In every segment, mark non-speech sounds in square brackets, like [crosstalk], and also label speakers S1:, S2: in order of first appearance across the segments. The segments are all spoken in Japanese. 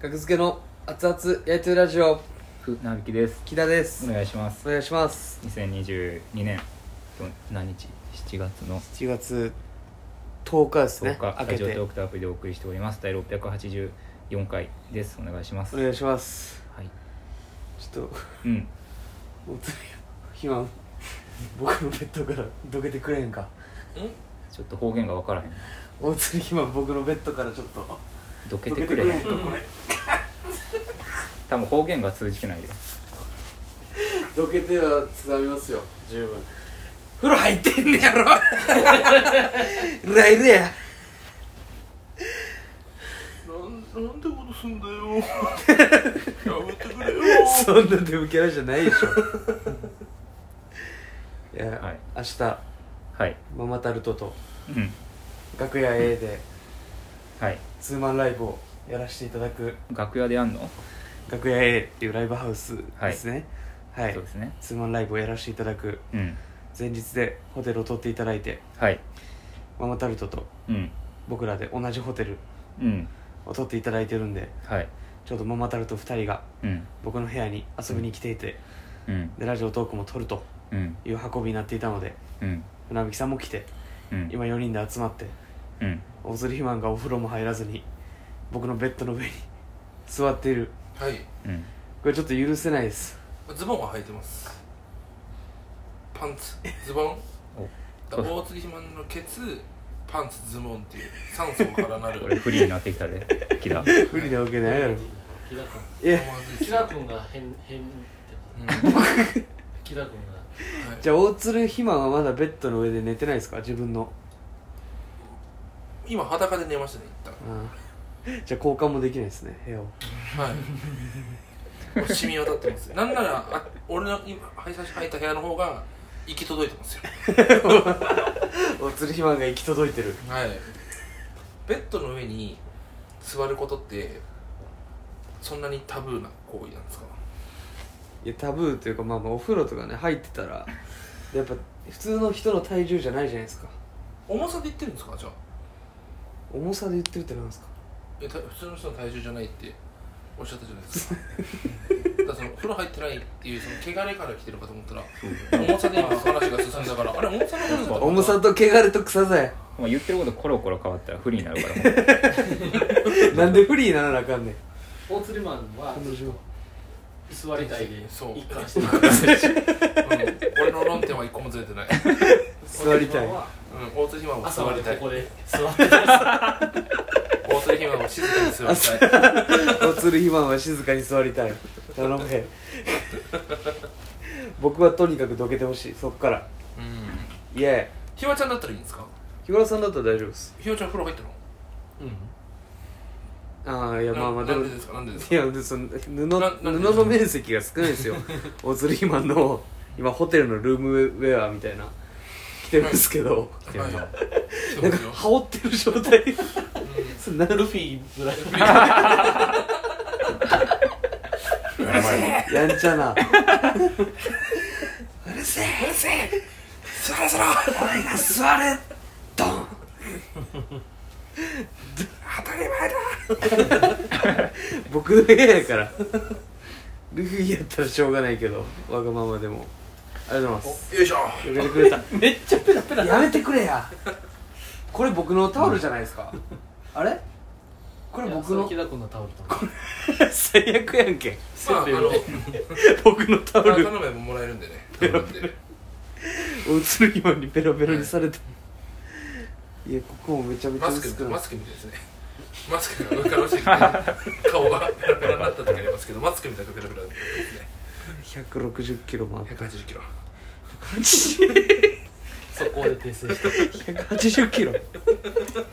S1: 格付けの熱々焼いてるラジオ
S2: ふなびきです
S1: 木田です
S2: お願いします
S1: お願いします
S2: 2022年ど何日7月の
S1: 7月10日です
S2: 10
S1: ね
S2: 日、
S1: 開
S2: ラ
S1: け
S2: ジオ
S1: て
S2: トークとアプリでお送りしております第684回ですお願いします
S1: お
S2: はい
S1: 願いしますちょっと
S2: うん
S1: 本当に今僕のベッドからどけてくれへんか
S2: ちょっと方言が分からへん
S1: 本当に今僕のベッドからちょっと
S2: どけ
S1: ど
S2: て
S1: け
S2: く
S1: てく
S2: れ
S1: れ
S2: へ
S1: へん
S2: ん
S1: かこれ
S2: 多分方言が通じてないで
S1: どけてはつなみますよ十分風呂入ってんねやろ [laughs] ライルや
S3: なんなんてことすんだ [laughs] よやめてくれよ
S1: そんなデブキャラじゃないでしょい
S2: [laughs]
S1: や、
S2: はい
S1: 明日
S2: はい
S1: ママタルトと
S2: うん
S1: 楽屋 A で
S2: はい
S1: ツーマンライブをやらせていただく
S2: 楽屋でやんの
S1: 楽屋 A っていうライブハウスですねはい、
S2: そうですね
S1: ツーマンライブをやらせていただく
S2: うん
S1: 前日でホテルを取っていただいて
S2: はい
S1: ママタルトと
S2: うん
S1: 僕らで同じホテル
S2: うん
S1: を取っていただいてるんで
S2: はい
S1: ちょうどママタルト2人が
S2: うん
S1: 僕の部屋に遊びに来ていて、
S2: うん
S1: でラジオトークも撮ると
S2: うん
S1: いう運びになっていたので
S2: うん
S1: 船引さんも来て
S2: うん
S1: 今4人で集まって
S2: うん
S1: 大鶴ひまんがお風呂も入らずに僕のベッドの上に座っている
S3: はい
S2: うん
S1: これちょっと許せないです
S3: ズボンは履いてますパンツズボン
S2: お
S3: だ大杉ひまんのケツパンツズボンっていう3層からな
S2: [laughs]
S3: る
S2: これフリーになってきたでキラ
S1: 不利なわけないやろ
S4: キラ君
S1: いや
S3: 思わず
S4: キラ君が変変って
S3: うん
S4: キラ君が
S1: じゃあ大鶴ひまんはまだベッドの上で寝てないですか自分の
S3: 今裸で寝ましたね一
S1: あーじゃあ交換もできないですね部屋を
S3: 旦はいもう染み渡ってますなんならあ俺の今最初入った部屋の方が行き届いてますよ
S1: 大鶴ひまんが行き届いてる
S3: はいベッドの上に座ることってそんなにタブーな行為なんですか
S1: いやタブーというかまあまあお風呂とかね入ってたらやっぱ普通の人の体重じゃないじゃないですか
S3: 重さで言ってるんですかじゃあ
S1: 重さで言ってるってなんですか
S3: えた普通の人の体重じゃないっておっしゃったじゃないです [laughs] かだからその風呂入ってないっていうその汚れから来てるかと思ったら重さで今話が進んだからあれ重さの話だった
S1: 重さと汚れと草さや
S2: まあ言ってることコロコロ変わったら不利になる
S1: [laughs]
S2: からほんと
S1: なんでフリーならなあかんねん
S4: 大釣りマンは座りたいで
S3: そう
S4: 一貫してる
S3: うん俺の論点は一個もずれてない、うん、
S1: 座りたい
S3: 大津ひまも
S4: 朝
S3: 座
S4: ま
S3: り
S4: で
S3: たい
S4: ここ
S3: 大
S4: で座ってた
S3: 津ひまも静かに座りたい
S1: おつるひまんは静かに座りたい頼め僕はとにかくどけてほしいそっから
S3: うん
S1: イエ
S3: ひまちゃんだったらいいんですか
S1: ー日村さんだったら大丈夫です
S3: ひまちゃん風呂入ったの
S1: ああいやまあまあで
S3: なな
S1: も
S3: んでですかなんでです
S1: い
S3: か
S1: やでその布布
S3: ななんで
S1: の面積が少ない
S3: [laughs]
S1: ですよおつるひまんの今ホテルのルームウェアみたいな着てるんですけど
S2: 来てるな
S3: そう
S1: なん
S3: で
S1: か
S3: すよ
S1: 羽織ってる状態それナルフィー
S4: ぐらい
S1: やんちゃ [laughs] な
S3: そろそろ俺が座れドン当たり前だ
S1: [laughs] 僕の部屋やからルフィやったらしょうがないけどわがままでもありがとうございます
S3: よいしょ
S1: やめてくれためっちゃペラペラやめてくれやこれ僕のタオルじゃないですかあれこれ僕の
S4: キラ君のタオルとか
S1: [laughs] 最悪やんけ
S3: まああの
S1: 僕のタオ
S3: 田
S1: ル
S3: 辺ももらえるんでね頼むんで
S1: を映るようにペロペロにされていやここもめちゃめちゃ
S3: マ
S1: 薄
S3: ス
S1: く
S3: ク
S1: な
S3: マ
S1: っ
S3: スクみたいですねマスクが上から落ちてきて顔がペラペラになった時ありますけどマスクみたいなペラペラですね
S1: 160キロもあっ
S3: 180キロ
S4: そこで訂正して
S1: た180キ [laughs] ロ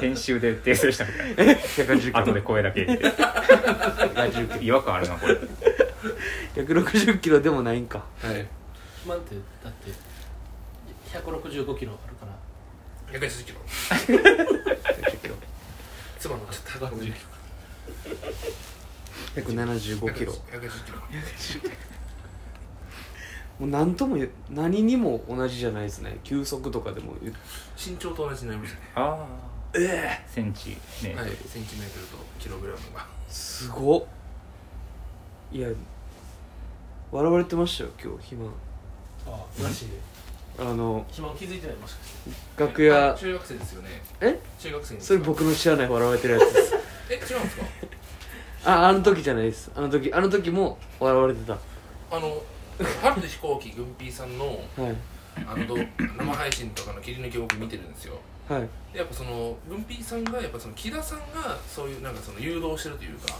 S2: 編集で訂正したみたい
S1: 180キロ
S2: な後で声だけ入れて
S1: 180キ
S2: 違和感あるなこれ
S1: ロ160キロでもないんか
S3: はい
S4: 肥満ってだって165キロあるから
S3: 180キロ
S1: 180キロ
S3: 妻のちょっと180キロ
S1: 175キロも
S3: 180キロ
S1: う何とも言う何にも同じじゃないですね球速とかでも言う
S3: 身長と同じになりましたね
S2: あ
S1: え
S2: センチメート
S3: はい
S2: ル、
S3: センチメートルとキログラムが
S1: えすごっいや笑われてましたよ今日暇
S4: あらしいで
S1: あの
S4: 暇気づいてないもしかして
S1: 楽屋
S3: あ中学生ですよね
S1: え
S3: 中学生です
S1: それ僕の知らない笑われてるやつです
S3: え違うんですか
S1: ああの時じゃないですあの時あの時も笑われてた
S3: あの春で飛行機軍ピーさんの
S1: はい
S3: あのど生配信とかの切り抜きを僕見てるんですよ
S1: はい
S3: でやっぱその軍ピーさんがやっぱその木田さんがそういうなんかその誘導してるというか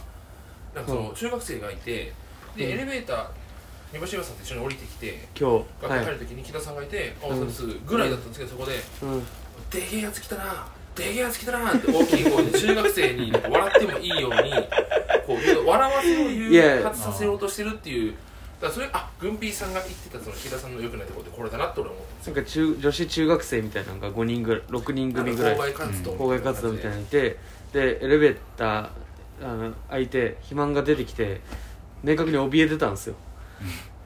S3: なんかその中学生がいてで、
S1: うん
S3: エレベーター煮干し岩さんと一緒に降りてきて
S1: 今日
S3: 学校
S1: は
S3: 入
S1: い
S3: る時に木田さんがいて「あお
S1: うん
S3: 疲れ様です」ぐらいだったんですけどそこで
S1: うん
S3: 「でげえやつ来たなでげえやつ来たな」って大きい声で中学生になんか笑ってもいいようにこう笑わせを
S1: い
S3: 誘
S1: や
S3: 発させようとしてるっていうだからそれあ軍ピーさんが言ってたその木田さんの良くないところってこれだなって俺は思ったんです
S1: な
S3: よ
S1: んか中女子中学生みたいなのが5人ぐらい6人組ぐらい
S3: なんか活動
S1: 校外活動みたいな
S3: な
S1: のいてでエレベーターあの開いて肥満が出てきて明確に怯えてたんですよ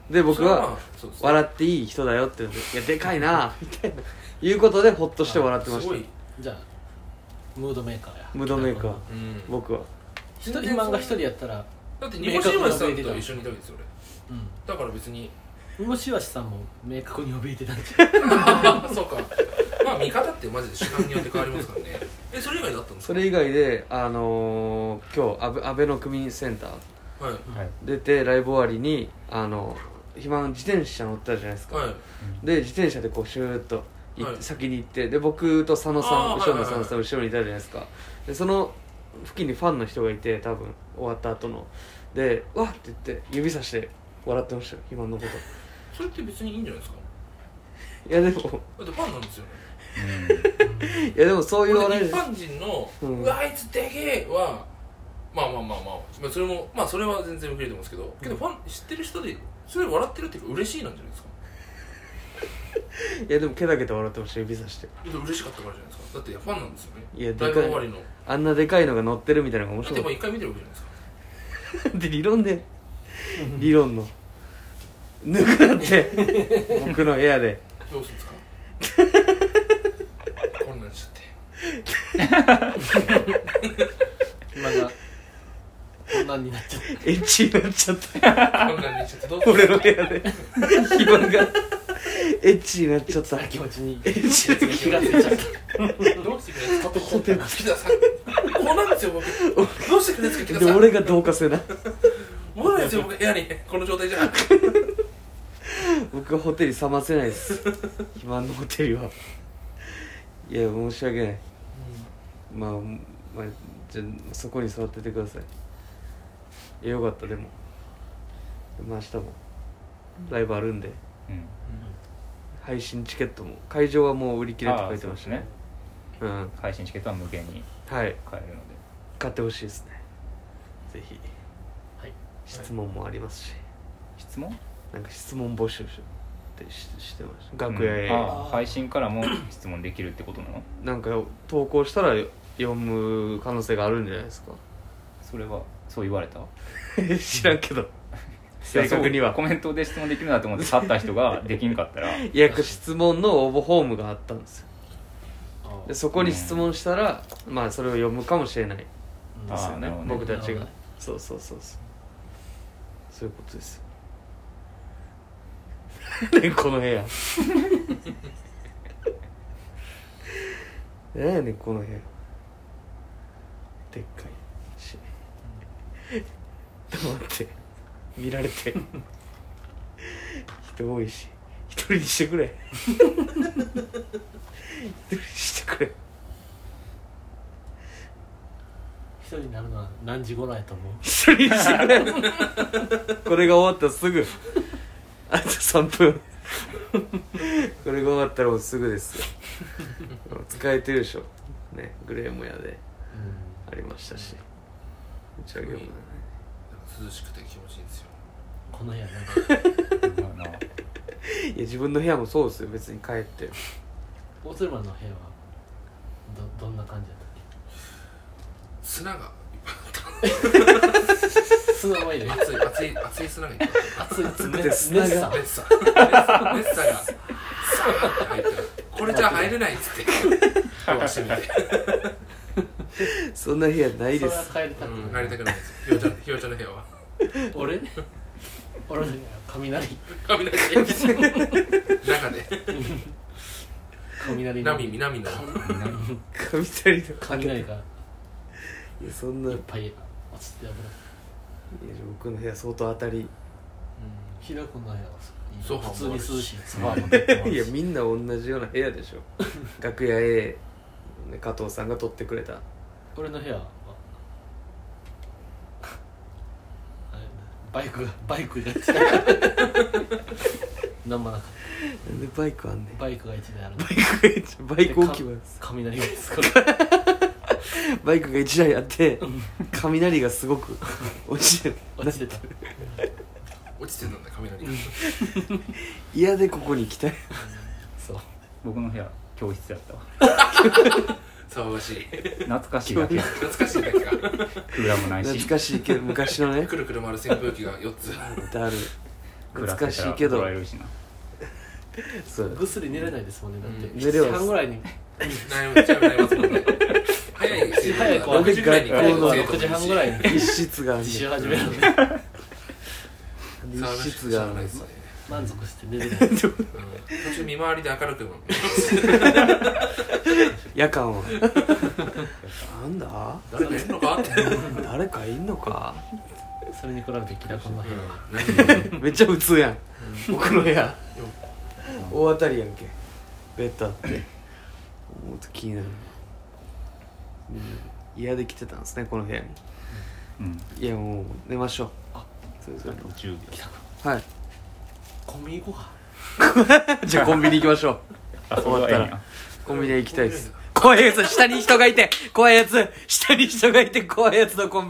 S1: で僕は
S3: そうですね
S1: 笑っていい人だよって言うんでいやでかいなみたいないうことでホッとして笑ってますした
S3: ごい
S4: じゃあムードメーカーや
S1: ムードメーカー
S3: うん
S1: 僕は
S4: 一人肥満が一人やったら
S3: だって煮干し岩さんと一緒にいたわけですよ
S4: うん
S3: 俺だから別
S4: [laughs]
S3: に
S4: 梅干しわしさんも明確に怯えてたんじ
S3: あーそうかまあ見方ってマジで主観によって変わりますからねえそれ以外だったんです
S1: そ
S3: か
S1: れ以外であのー今日安倍安倍の組センター
S3: は
S2: は
S3: い
S2: い
S1: 出てライブ終わりにあの肥満自転車乗ってたじゃないですか、
S3: はい
S1: で自転車でこうシューッと行って、
S3: はい
S1: 先に行ってで僕と佐野さん
S3: あー
S1: 後ろの
S3: はいは
S1: 佐
S3: いはい
S1: 野さん後ろにいたじゃないですかでその付近にファンの人がいて多分終わった後ので「わっ!」って言って指さして笑ってましたよ今のこ
S3: それって別にいいんじゃないですか
S1: といやでも
S3: だってファンなんですよね
S1: いやでもそういう
S3: これ
S1: 笑い
S3: 一
S1: で
S3: 般人の「
S1: うん
S3: うわあいつでけえ!」はまあまあまあまあ、まあ、それもまあそれは全然受け入れてますけどけどファン知ってる人でそれ笑ってるっていうか嬉しいなんじゃないですか
S1: いやでもケタケタ笑ってました指さして
S3: だって嬉しかったからじゃないですかだってファンなんですよね
S1: いやでか
S3: ラ
S1: い
S3: イブ終わりのだ
S1: あんなでかいのが乗ってるみたいなのが面
S3: って
S1: 白
S3: も
S1: か
S3: う
S1: っ
S3: 一回見てるわけじゃないですか
S1: たで理論で理論
S3: [laughs]
S1: の抜くなって僕の部屋で
S3: どうするん
S1: [laughs]
S3: ですかこんなんしちゃって
S4: ゃん肥満がこんなんになっちゃっ
S1: エッチになっちゃった
S3: こんなんにしちゃってどうする
S1: [laughs] 俺の部屋で肥満がエッチになっちゃった
S4: た気持ちに
S1: エッチな
S4: 気がついちゃっ
S3: どうしてくれるんですかこうさんこうなんですよ僕どうしてくれるんですか木田
S1: で
S3: さん
S1: 俺がどうかせな
S3: 戻らないですよ僕部屋にこの状態じゃ
S1: [laughs] 僕はホテル冷ませないです肥満のホテルはいや申し訳ないまあ、まあ、じゃあそこに座っててくださいいやよかったでもまあ明日もライブあるんで
S2: うん
S1: 配信チケットも会場はもう売り切れって書いてましたね
S2: あーそうで
S1: う
S2: す
S1: ん
S2: 配信チケットは無限に
S1: はい
S2: 買えるので
S1: 買ってほしいですねぜひ
S4: はい
S1: 質問もありますし、
S2: 質問
S1: なんか質問募集しってししてました楽屋へ、
S2: うんあー配信からも質問できるってことなの
S1: なんか投稿したら読む可能性があるんじゃない
S2: [laughs]
S1: ですか
S2: それはそう言われた
S1: 知らんけど正確に
S2: いや
S1: は
S2: そうコメントで質問できるなと思って去った人ができんかったら
S1: いや質問の応募フォームがあったんですよ
S4: あ
S1: でそこに質問したら、まあそれを読むかもしれないで
S4: うん
S1: す
S2: あ
S1: よ
S2: ー
S1: ね
S2: なるほどね
S1: 僕たち
S4: なる
S1: が
S4: ほどね
S1: そうそうそうそうそういうこと
S2: [laughs]
S1: ですよねこの部
S2: [laughs]
S1: 屋何やねんこの部屋でっかいし黙って見られて人多いし一人にしてく
S2: [laughs]
S1: れ一人にしてくれ
S4: 一人になるのは何時頃やと思う
S1: 一人にしてくれ [laughs] これが終わったらすぐあと3分これが終わったらもうすぐですよ使えてるでしょねグレーもやで
S4: う
S1: ありましたし打ち上げもね
S3: ん涼しくて気持ちいいんですよ
S4: んこの部屋なんか
S2: まあない
S1: や自分の部屋もそうですよ別に帰って
S4: 大鶴マンの部屋はどどんな感じだったっ
S3: 砂が
S4: け砂まいで
S3: 熱い熱い熱い砂がいっぱい
S4: 熱い熱
S1: くて砂が
S4: 熱さ
S3: メッサメッサメッサが
S1: [laughs]
S3: サーって入ってるこれじゃ入れないっつってドア閉めて
S1: そんな部屋ない
S4: そ
S1: で
S4: れは
S1: す
S4: 帰りたく
S3: うん、
S4: な
S3: 帰
S4: い
S3: りたくないですひよちゃんひよちゃんの部屋は
S4: 俺俺の雷
S3: 雷中で
S4: 雷の
S3: 波南の
S1: 雷の
S4: 雷がいっ
S1: いやそんないや
S4: ぱい落ちて危ない
S1: 僕の部屋相当当たり
S4: ひどくないよ
S3: ソファ
S4: 普通
S3: ーも
S4: に
S3: あ
S4: 涼
S3: るし
S4: しい
S2: ソファーもある
S1: いやみんな同じような部屋でしょ楽屋 A ね加藤さんが撮ってくれた
S4: 俺の部屋は [laughs] あれバイクがバイクが1台なんもなかっ
S1: なんでバイクあんねん
S4: た
S1: バ
S4: バイクが1台ある
S1: イクバイク置き場です
S4: か雷が
S1: [laughs]
S4: すごい
S1: バイクが1台あって雷がすごく落ちて [laughs] る
S4: 落ちてた
S3: 落ちてるんだ雷が
S1: 嫌でここに来たい
S4: そう
S2: 僕の部屋教室やったわ
S3: 騒がしい
S2: 懐かしいだけク
S3: 懐かしいだけが
S2: ーラーもない
S1: 懐
S2: し
S1: かしいけど昔の [laughs] ね
S3: くるくる回る扇風機が4つ
S1: だる
S2: クーラ
S1: 懐
S2: ー
S1: かしいけ
S2: つけたら怒
S1: ど
S2: られるしな
S1: そう
S4: ぐっすり寝れないですもんねだって
S3: うん
S1: 寝れ
S4: 7
S1: は
S4: 時半ぐらいに
S3: 悩みちゃうなりますもんね早いですよ
S4: 早い子
S1: は
S3: 6時ぐらいに
S1: 学校の
S4: 6時半ぐらいに
S1: 一室があんねん
S4: 自習始めるので
S1: 一
S3: 騒がし
S1: 室
S3: いじ
S1: があ
S3: ゃ
S1: ん
S3: ない
S1: ねん
S3: ですね
S4: 満足して寝れない
S3: うん途中見回りで明
S1: [laughs]
S3: るくも
S1: 夜間 [laughs] はなんだ
S3: 誰かいるのかって
S1: 誰かいんのか
S4: それに比べて気楽な部
S1: [laughs]
S4: 屋
S1: めっちゃ普通やん僕の部屋
S3: うん
S1: 大当たりやんけベッドあってもっと気になるうん嫌で来てたんですねこの部屋に
S2: うん
S1: いやもう寝ましょう
S4: あ
S1: それぞれの
S2: 10秒
S1: はい
S4: コンビニ行こうか
S1: [laughs] じゃあコンビニ行きましょう
S2: あそこがええん
S1: 終わ
S2: や
S1: コンビニは行きたいです怖いやつ下に人がいて怖いやつ下に人がいて怖いやつのコンビ